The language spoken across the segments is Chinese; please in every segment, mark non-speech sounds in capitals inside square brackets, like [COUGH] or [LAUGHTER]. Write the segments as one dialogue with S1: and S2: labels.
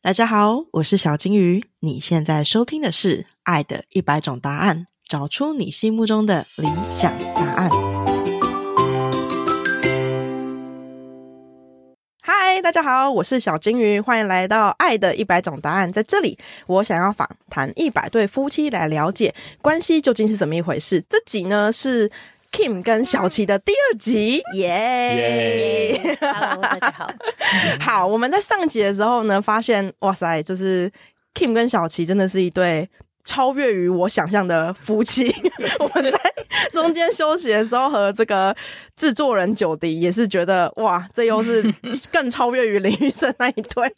S1: 大家好，我是小金鱼。你现在收听的是《爱的一百种答案》，找出你心目中的理想答案。嗨，大家好，我是小金鱼，欢迎来到《爱的一百种答案》。在这里，我想要访谈一百对夫妻，来了解关系究竟是怎么一回事。这集呢是 Kim 跟小琪的第二集，耶、
S2: 耶 [LAUGHS] Hello，大家好。
S1: [LAUGHS] 好，我们在上集的时候呢，发现哇塞，就是 Kim 跟小琪真的是一对超越于我想象的夫妻。 [LAUGHS] 我们在中间休息的时候和这个制作人九迪也是觉得哇，这又是更超越于林玉生那一对。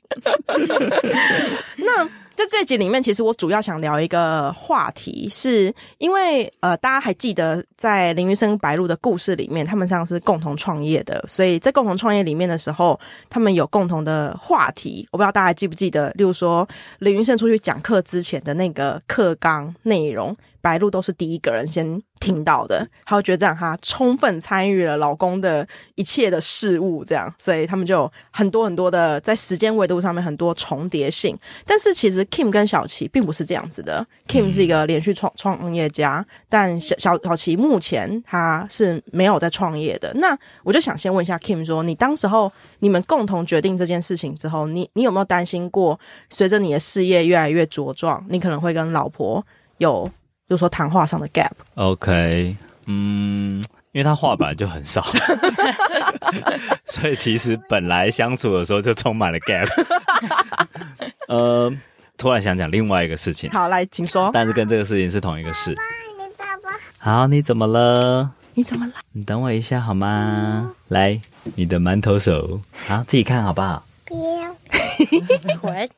S1: 那在这集里面，其实我主要想聊一个话题，是因为呃，大家还记得在林玉生白鹿的故事里面，他们像是共同创业的，所以在共同创业里面的时候，他们有共同的话题。我不知道大家还记不记得，例如说林云胜出去讲课之前的那个课纲内容，白鹿都是第一个人先听到的，她会觉得这样她充分参与了老公的一切的事物，这样，所以他们就有很多很多的在时间维度上面很多重叠性。但是其实 Kim 跟小琪并不是这样子的，Kim 是一个连续创创业家，但小小小琪目前他是没有在创业的。那我就想先问一下 Kim 说，你当时候你们共同决定这件事情之后，你你有没有担心过，随着你的事业越来越茁壮，你可能会跟老婆有，就说谈话上的 gap？
S3: OK，嗯，因为他话本来就很 [LAUGHS] 少，所以其实本来相处的时候就充满了 gap。呃，突然想讲另外一个事情，
S1: 好，来，请说，
S3: 但是跟这个事情是同一个事。好，你怎么了？
S1: 你怎么来？
S3: 你等我一下好吗？来，你的馒头手，好，自己看好不好？
S2: What？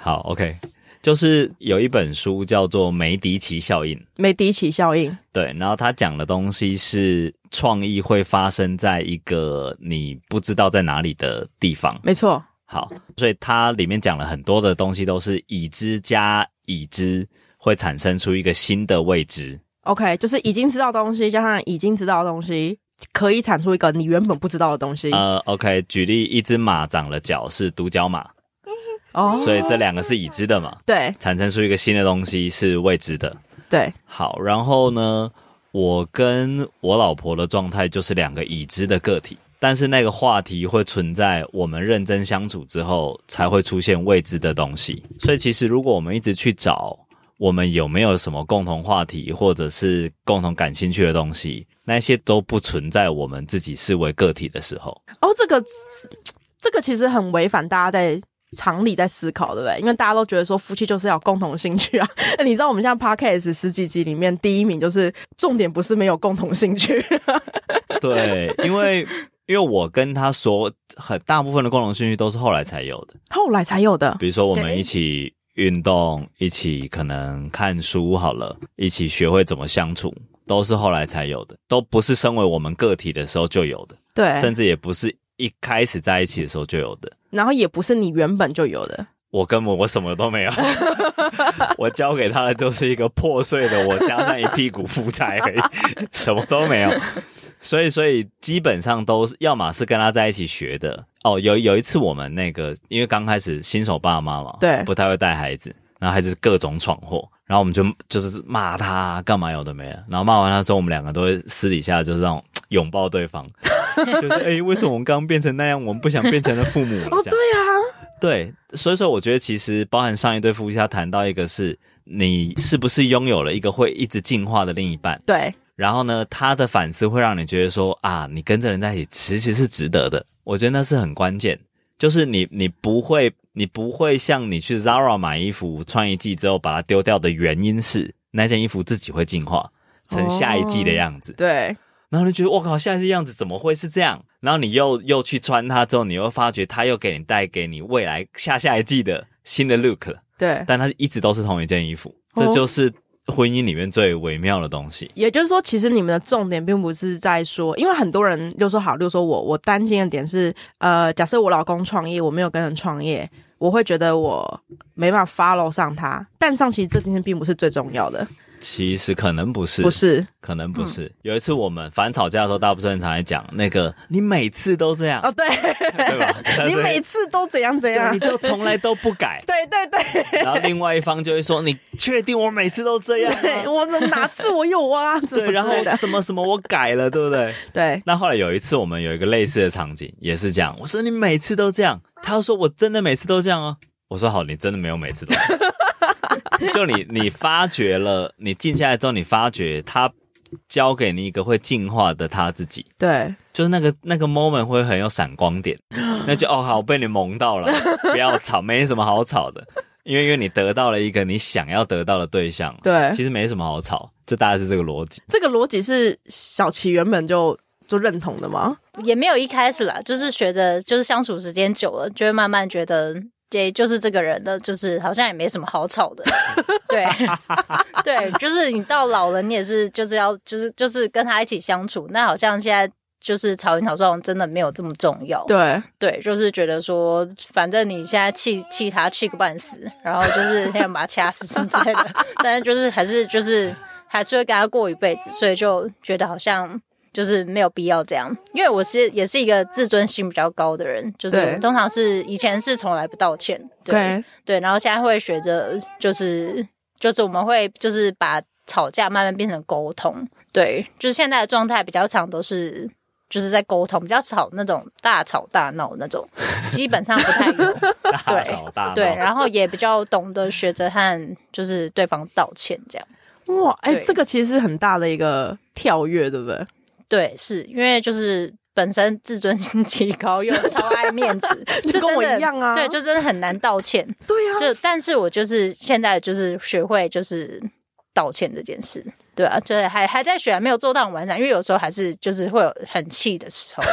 S3: 好，OK，就是有一本书叫做《梅迪奇效应》。
S1: 梅迪奇效应，
S3: 对，然后他讲的东西是创意会发生在一个你不知道在哪里的地方。
S1: 没错，
S3: 好，所以它里面讲了很多的东西，都是已知加已知会产生出一个新的未知。
S1: OK，就是已经知道东西加上已经知道的东西，可以产出一个你原本不知道的东西。
S3: 呃，OK，举例，一只马长了脚是独角马，
S1: 哦，
S3: 所以这两个是已知的嘛，
S1: 对
S3: 产生出一个新的东西是未知的。
S1: 对，
S3: 好，然后呢，我跟我老婆的状态就是两个已知的个体，但是那个话题会存在我们认真相处之后才会出现未知的东西。所以其实如果我们一直去找我们有没有什么共同话题或者是共同感兴趣的东西，那些都不存在我们自己视为个体的时候。
S1: 哦，这个这个其实很违反大家在常理在思考，对不对？因为大家都觉得说夫妻就是要有共同兴趣啊。 [LAUGHS] 你知道我们现在 podcast 十几集里面第一名就是重点不是没有共同兴趣，
S3: 对，因为因为我跟她说，很大部分的共同兴趣都是后来才有的。
S1: [LAUGHS] 后来才有的。
S3: 比如说我
S2: 对
S3: 们一起运动，一起可能看书好了，一起学会怎么相处，都是后来才有的，都不是身为我们个体的时候就有的，
S1: 对
S3: 甚，至也不是一开始在一起的时候就有的。
S1: 然后也不是你原本就有的。
S3: 我根本我什么都没有，我交给他的就是一个破碎的我，加上一屁股负债而已，什么都没有。所以，所以基本上都是要么是跟他在一起学的哦。有有一次我们那个，因为刚开始新手爸妈嘛，
S1: 对
S3: 不太会带孩子，然后还是各种闯祸，然后我们就就是骂他干嘛有的没的，然后骂完他之后，我们两个都会私底下就是那种拥抱对方，就是哎、诶为什么我们刚刚变成那样？我们不想变成了父母了，
S1: 哦，
S3: 这
S1: 对
S3: 样
S1: 啊，
S3: 对，所以说我觉得其实包含上一对夫妻，他谈到一个是你是不是拥有了一个会一直进化的另一半，
S1: 对，
S3: 然后呢，他的反思会让你觉得说啊，你跟这人在一起其实是值得的，我觉得那是很关键，就是你你不会你不会像你去 Zara 买衣服穿一季之后把它丢掉的原因是那件衣服自己会进化成下一季的样子，
S1: 对，
S3: 然后你就觉得我靠，现在这样子怎么会是这样？然后你又又去穿它之后，你又发觉它又给你带给你未来下下一季的新的 look 了，
S1: 对。
S3: 但它一直都是同一件衣服，
S1: 哦
S3: 这就是婚姻里面最微妙的东西。
S1: 也就是说，其实你们的重点并不是在说，因为很多人就说好，就说我我担心的点是，呃，假设我老公创业，我没有跟人创业，我会觉得我没办法 follow 上他。但上其实这件事并不是最重要的，
S3: 其实可能不是，
S1: 不是嗯
S3: 可能不是。有一次我们反正吵架的时候，大部分人常在讲那个，你每次都这样，
S1: 哦，对，
S3: 对吧？
S1: [LAUGHS] 你每
S3: 次
S1: 次都怎样怎样，
S3: 你，都从来都不改
S1: 对对 [LAUGHS] 对，
S3: 然后另外一方就会说，你确定我每次都这
S1: [LAUGHS]
S3: 样
S1: 对
S3: 吗？
S1: 我怎么哪次我有啊？怎么
S3: 对，然后
S1: 之类的
S3: 什么什么我改了，对不对？
S1: 对
S3: 那后来有一次，我们有一个类似的场景，也是这样。我说你每次都这样，他说我真的每次都这样哦。我说好，你真的没有每次都这样。就你你发觉了，你静下来之后，你发觉他教给你一个会进化的他自己，
S1: 对，
S3: 就是那个那个 moment 会很有闪光点，那就哦好被你萌到了，不要吵，没什么好吵的，因为因为你得到了一个你想要得到的对象，
S1: 对
S3: 其实没什么好吵，就大概是这个逻辑。
S1: 这个逻辑是小琪原本就就认同的吗？
S2: 也没有一开始啦，就是学着，就是相处时间久了，就会慢慢觉得，也就是这个人的，就是好像也没什么好吵的， [LAUGHS] 对，对，就是你到老了，你也是就是要就是就是跟他一起相处，那好像现在。就是吵赢吵撞真的没有这么重要，
S1: 对，
S2: 对，就是觉得说，反正你现在气气他气个半死，然后就是想把他掐死什么之类的， [LAUGHS] 但是就是还是就是还是会跟他过一辈子，所以就觉得好像就是没有必要这样。因为我是也是一个自尊心比较高的人，就是
S1: 对
S2: 通常是以前是从来不道歉，对
S1: 对
S2: 对，然后现在会学着就是就是我们会就是把吵架慢慢变成沟通，对，就是现在的状态比较常都是就是在沟通，比较少那种大吵大闹那种，基本上不太有，
S3: 大吵大闹，
S2: 对，然后也比较懂得学着和就是对方道歉这样。
S1: 哇，哎、
S2: 对
S1: 这个其实是很大的一个跳跃，对不对？，
S2: 对，是因为就是本身自尊心 [LAUGHS] 极高，又超爱面子
S1: [LAUGHS] 就
S2: [LAUGHS] 就
S1: 跟我
S2: 真的
S1: 一样啊
S2: 对，就真的很难道歉。
S1: 对呀、
S2: 就但是我就是现在就是学会就是道歉这件事，对啊，就是还还在学啊，没有做到很完善，因为有时候还是就是会有很气的时候，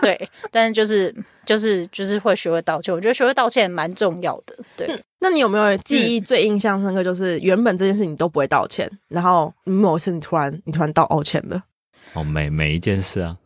S2: 对，但是就是就是就是会学会道歉，我觉得学会道歉蛮重要的，对。
S1: 那你有没有记忆最印象深刻？就是原本这件事你都不会道歉，然后某一次你突然你突然道歉了，
S3: 哦，每每一件事啊，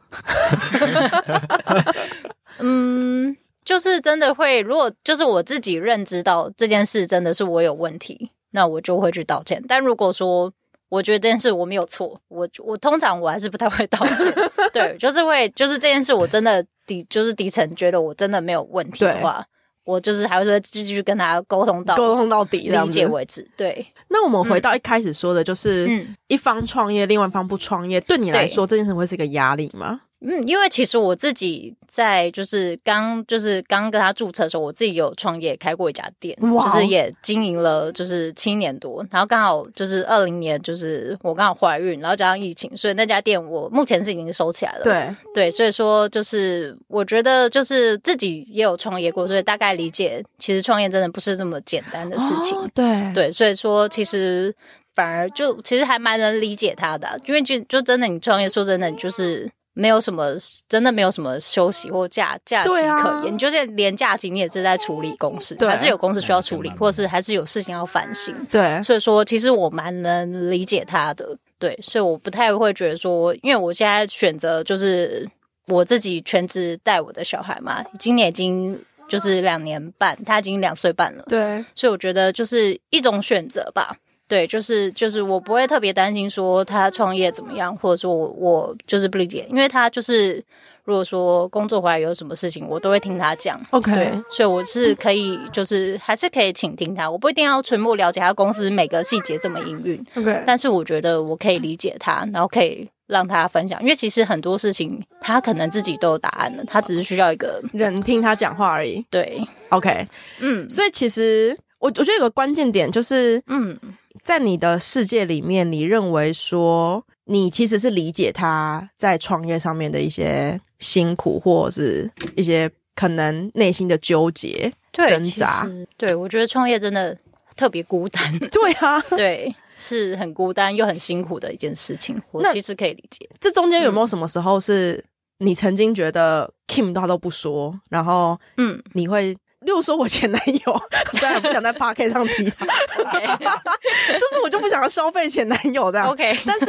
S2: 嗯，就是真的会，如果就是我自己认知到这件事真的是我有问题，那我就会去道歉。但如果说我觉得这件事我没有错，我我通常我还是不太会道歉。
S1: [LAUGHS]
S2: 对，就是会，就是这件事我真的底就是底层觉得我真的没有问题的
S1: 对
S2: 话，我就是还会继续跟他沟通到
S1: 沟通到底这样
S2: 理解
S1: 子。
S2: 为止。对，
S1: 那我们回到一开始说的，就是、
S2: 嗯
S1: 一方创业，另外一方不创业，对你来
S2: 对
S1: 说这件事会是一个压力吗？
S2: 嗯，因为其实我自己在就是刚就是刚跟他注册的时候，我自己有创业开过一家店，
S1: 哇哦
S2: 就是也经营了就是七年多，然后刚好就是二零年就是我刚好怀孕，然后加上疫情，所以那家店我目前是已经收起来了。
S1: 对，
S2: 对，所以说就是我觉得就是自己也有创业过，所以大概理解其实创业真的不是这么简单的事情。
S1: 哦对
S2: 对，所以说其实反而就其实还蛮能理解他的啊、因为就就真的你创业，说真的，你就是没有什么真的没有什么休息或假假期可
S1: 对
S2: 言，
S1: 啊
S2: 你就是连假期你也是在处理公事，
S1: 对
S2: 还是有公事需要处理
S3: 嗯，
S2: 或是还是有事情要烦心。
S1: 对
S2: 所以说，其实我蛮能理解他的，对，所以我不太会觉得说，因为我现在选择就是我自己全职带我的小孩嘛，今年已经就是两年半，他已经两岁半了。
S1: 对
S2: 所以我觉得就是一种选择吧。对，就是就是我不会特别担心说他创业怎么样，或者说我我就是不理解，因为他就是如果说工作回来有什么事情，我都会听他讲。对
S1: ，OK，，
S2: 所以我是可以，就是还是可以倾听他，我不一定要全部了解他公司每个细节怎么营运，
S1: ，OK，
S2: 但是我觉得我可以理解他，然后可以让他分享，因为其实很多事情他可能自己都有答案了，他只是需要一个
S1: 人听他讲话而已
S2: 对，
S1: ，OK。
S2: 嗯
S1: 所以其实我我觉得有个关键点就是
S2: 嗯，
S1: 在你的世界里面，你认为说你其实是理解他在创业上面的一些辛苦，或者是一些可能内心的纠结。
S2: 对
S1: 挣扎。
S2: 其实对，我觉得创业真的特别孤
S1: [LAUGHS]
S2: 单，
S1: 对啊，
S2: 对，是很孤单又很辛苦的一件事情。我
S1: 那
S2: 其实可以理解。
S1: 这中间有没有什么时候是你曾经觉得 Kim 他都不说，然后
S2: 嗯，
S1: 你会？例如说，我前男友， [LAUGHS] 虽然我不想在 p a r k e t 上提
S2: [LAUGHS]
S1: 他， [LAUGHS] 就是我就不想要消费前男友这样。
S2: OK
S1: 但是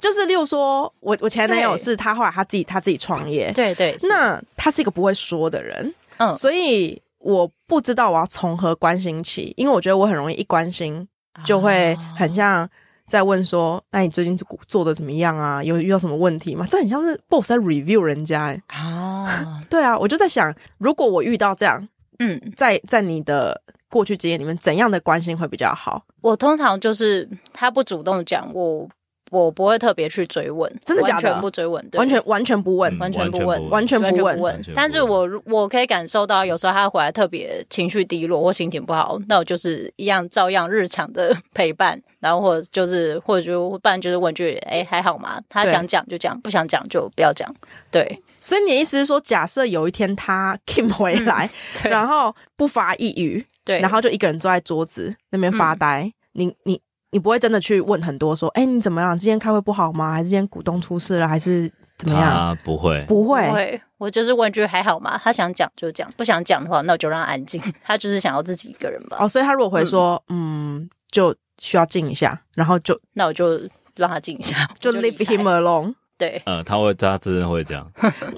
S1: 就是例如说，我我前男友
S2: 对
S1: 是他后来他自己他自己创业，
S2: 对对，是
S1: 那他是一个不会说的人，
S2: 嗯
S1: 所以我不
S2: 啊
S1: 知道我要从何关心起，因为我觉得我很容易一关心就会很像再问说，那你最近做的怎么样啊？有遇到什么问题吗？这很像是 boss 在 review 人家、欸。
S2: 啊，
S1: 对啊，我就在想，如果我遇到这样，
S2: 嗯，
S1: 在在你的过去经验里面，怎样的关心会比较好？
S2: 我通常就是他不主动讲，我我不会特别去追问，
S1: 真的假的
S2: 完全不追问，对
S1: 完全完全不问，
S3: 嗯
S2: 完全不
S3: 不
S2: 问
S1: 完全
S2: 完
S1: 不
S2: 全
S1: 问
S2: 不。
S3: 完
S2: 问
S3: 全。不
S2: 但是
S3: 问
S2: 我如我可以感受到，有时候他回来特别情绪低落或心情不好，那我就是一样照样日常的陪伴，然后或者就是或者就不然就是问句，哎、还好吗？他
S1: 对
S2: 想讲就讲，不想讲就不要讲。对
S1: 所以你的意思是说，假设有一天他 Kim 回来，
S2: 嗯对
S1: 然后不发一语，
S2: 对，嗯
S1: 然后就一个人坐在桌子那边发呆，你你。你不会真的去问很多说，哎、你怎么样？今天开会不好吗？还是今天股东出事了？还是怎么样？
S3: 啊，不会，
S1: 不
S2: 不
S1: 会，
S2: 会，我就是问句还好吗？他想讲就讲，不想讲的话，那我就让他安静。他就是想要自己一个人吧，
S1: 哦，所以他如果回说，嗯就需要静一下，然后就
S2: 那我就让他静一下，
S1: 就
S2: 我
S1: leave
S2: 离开
S1: him alone。
S2: 对，
S3: 呃，他会，他真的会这样。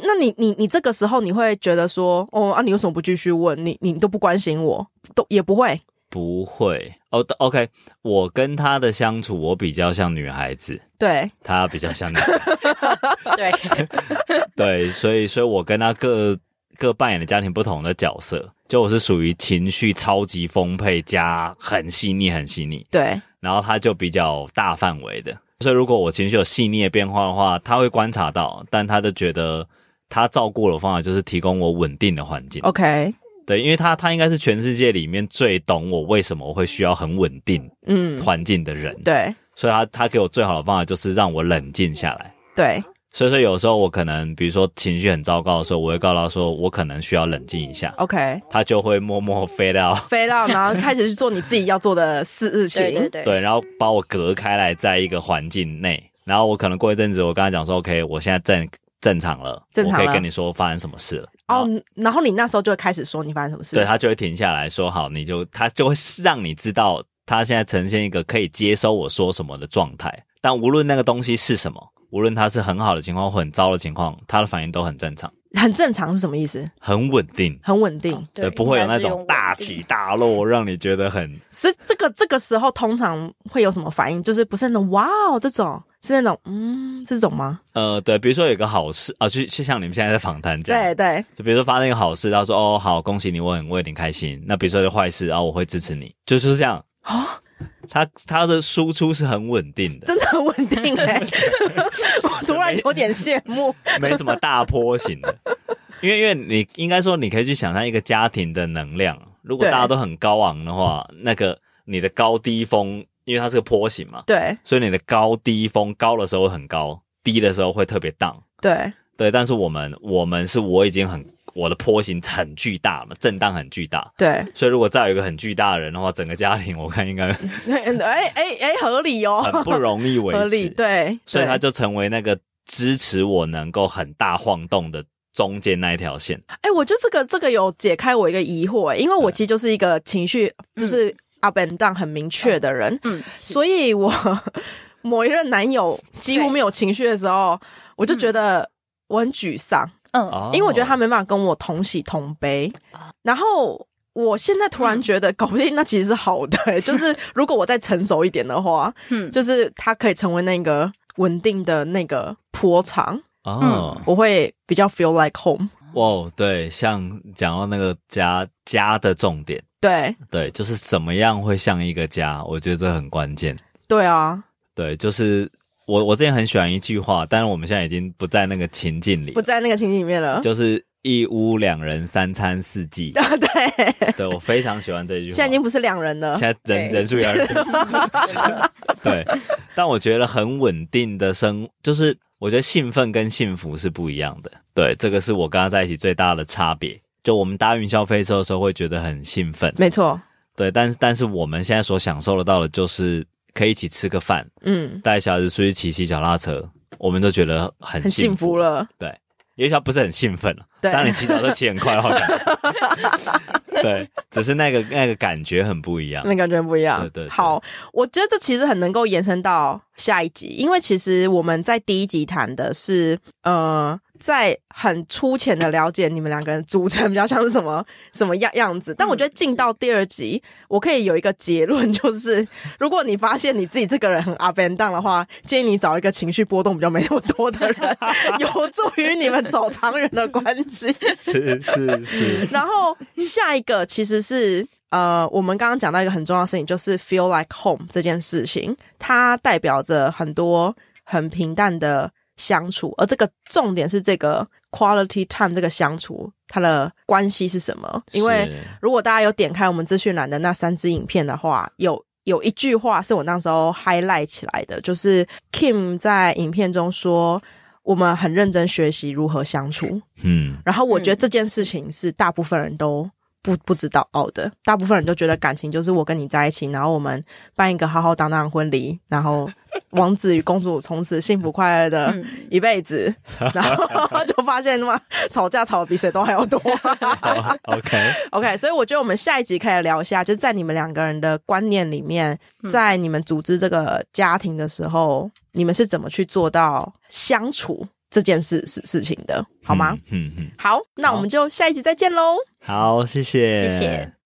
S1: 那你你你这个时候你会觉得说，哦啊，你为什么不继续问？你你都不关心我，都也不会
S3: 不会哦、o k 我跟他的相处，我比较像女孩子，
S1: 对，
S3: 他比较像女孩子
S2: 对，
S3: 对，所以，所以我跟他各各扮演的家庭不同的角色，就我是属于情绪超级丰沛加很细腻、很细腻，
S1: 对
S3: 然后他就比较大范围的，所以如果我情绪有细腻的变化的话，他会观察到，但他就觉得他照顾我的方法就是提供我稳定的环境。
S1: ，OK，
S3: 对，因为他他应该是全世界里面最懂我为什么会需要很稳定
S1: 嗯，
S3: 环境的人，
S1: 对
S3: 所以他他给我最好的方法就是让我冷静下来。
S1: 对
S3: 所以说有时候我可能比如说情绪很糟糕的时候，我会告诉他说我可能需要冷静一下，
S1: ，OK，
S3: 他就会默默飞到。
S1: 飞到然后开始去做你自己要做的事事情，
S2: [LAUGHS] 对对
S3: [LAUGHS]
S2: 对，
S3: 对，然后把我隔开来，在一个环境内。然后我可能过一阵子，我跟他讲说，OK，我现在正正常了，
S1: 正常
S3: 我可
S1: 了
S3: 以跟你说发生什么事了。然
S1: 哦
S3: 后，
S1: 然后你那时候就会开始说你发生什么事，
S3: 对啊他就会停下来说，好，你就他就会让你知道，他现在呈现一个可以接收我说什么的状态。但无论那个东西是什么，无论它是很好的情况或很糟的情况，他的反应都很正常，
S1: 很正常是什么意思？
S3: 很稳定。
S1: 很稳定，
S3: 对，不会有那
S2: 应该是用
S3: 种
S2: 稳
S3: 大
S2: 定
S3: 起大落，让你觉得很
S1: 所以这个这个时候通常会有什么反应？就是不是那种哇哦这种，是那种嗯这种吗？
S3: 呃，对。比如说有一个好事啊，就就像你们现在在访谈这样，
S1: 对对，
S3: 就比如说发生一个好事，他说哦好，恭喜你，我很我有点开心。那比如说有坏事，然、后我会支持你，就就是这样。
S1: 哦，
S3: 他他的输出是很稳定的，
S1: 真的很稳定哎、
S3: [LAUGHS]
S1: 我突然有点羡慕。
S3: 没什么大波形的。因为因为你应该说，你可以去想象一个家庭的能量，如果
S1: 对
S3: 大家都很高昂的话，那个你的高低峰，因为它是个坡形嘛，
S1: 对
S3: 所以你的高低峰高的时候会很高，低的时候会特别 down。
S1: 对
S3: 对，但是我们我们是我已经很我的坡形很巨大了，震荡很巨大，
S1: 对，
S3: 所以如果再有一个很巨大的人的话，整个家庭我看应该
S1: [LAUGHS] 哎哎哎，合理哦，
S3: 很不容易维
S1: [LAUGHS] 合理
S3: 持。，
S1: 对，
S3: 所以
S1: 对
S3: 他就成为那个支持我能够很大晃动的中间那一条线。
S1: 哎、我觉得这个这个有解开我一个疑惑、因为我其实就是一个情绪就是 up and down 很明确的人，
S2: 嗯，
S1: 所以我某一任男友几乎
S2: 对
S1: 没有情绪的时候，我就觉得我很沮丧，
S2: 嗯，
S3: 哦
S1: 因为我觉得他没办法跟我同喜同悲。
S2: 啊
S1: 然后我现在突
S2: 嗯
S1: 然觉得，搞不定那其实是好的、欸
S2: [LAUGHS]
S1: 就是如果我再成熟一点的话，
S2: 嗯
S1: 就是他可以成为那个稳定的那个波长，
S3: 哦，
S1: 我会比较 feel like home。
S3: 哇，对，像讲到那个家家的重点，
S1: 对
S3: 对，就是怎么样会像一个家，我觉得这很关键。
S1: 对啊，
S3: 对，就是我我之前很喜欢一句话，但是我们现在已经不在那个情境里
S1: 不，在那个情景里面了。。
S3: 就是一屋两人三餐四季
S1: [LAUGHS] 对，
S3: 对我非常喜欢这一句话。
S1: 现在已经不是两人了。
S3: [LAUGHS] 现在人
S2: 对
S3: 人数也
S1: [LAUGHS]
S3: 很多，
S2: 真的
S3: 对，但我觉得很稳定的生，就是我觉得兴奋跟幸福是不一样的。对，这个是我跟他在一起最大的差别。就我们搭云霄飞车的时候会觉得很兴奋，
S1: 没错，
S3: 对，但是但是我们现在所享受得到的就是可以一起吃个饭，
S1: 嗯，
S3: 带小孩子出去骑骑脚踏车，我们都觉得很
S1: 很
S3: 幸
S1: 幸福。了。
S3: 对，因为他不是很兴奋，啊
S1: 对
S3: 当你骑脚车骑很快的话，
S1: [LAUGHS]
S3: 对，只是那个那个感觉很
S1: [LAUGHS]
S3: 不一样
S1: 那。感觉不一样。
S3: 对对对
S1: 好，我觉得其实很能够延伸到下一集，因为其实我们在第一集谈的是，呃，在很粗浅的了解你们两个人组成比较像是什么 [LAUGHS] 什么样样子，但我
S3: 嗯
S1: 觉得进到第二集，我可以有一个结论，就是 [LAUGHS] 如果你发现你自己这个人很 up and down 的话，建议你找一个情绪波动比较没那么多的
S3: [LAUGHS]
S1: 人，有助于你们走长远的关系。
S3: 是是是，
S1: 然后下一个其实是呃，我们刚刚讲到一个很重要的事情，就是 feel like home 这件事情，它代表着很多很平淡的相处，而这个重点是这个 quality time 这个相处它的关系是什么？因为
S3: 是
S1: 如果大家有点开我们资讯栏的那三支影片的话，有有一句话是我那时候 highlight 起来的，就是 Kim 在影片中说。我们很认真学习如何相处， [LAUGHS]
S3: 嗯，
S1: 然后我觉得这件事情是大部分人都不不知道的，大部分人都觉得感情就是我跟你在一起，然后我们办一个浩浩荡荡的婚礼，然后王子与公主从此幸福快乐的
S2: 嗯
S1: 一辈子，然后就发现嘛，吵架吵的比谁都还要多。 [LAUGHS]
S3: 好，OK，
S1: OK，所以我觉得我们下一集可以聊一下，就是在你们两个人的观念里面，在你们组织这个家庭的时候，你们是怎么去做到相处这件事事事情的，好吗？
S3: 嗯？嗯嗯，
S1: 好，那我们就下一集再见喽。
S3: 好，谢谢，
S2: 谢谢。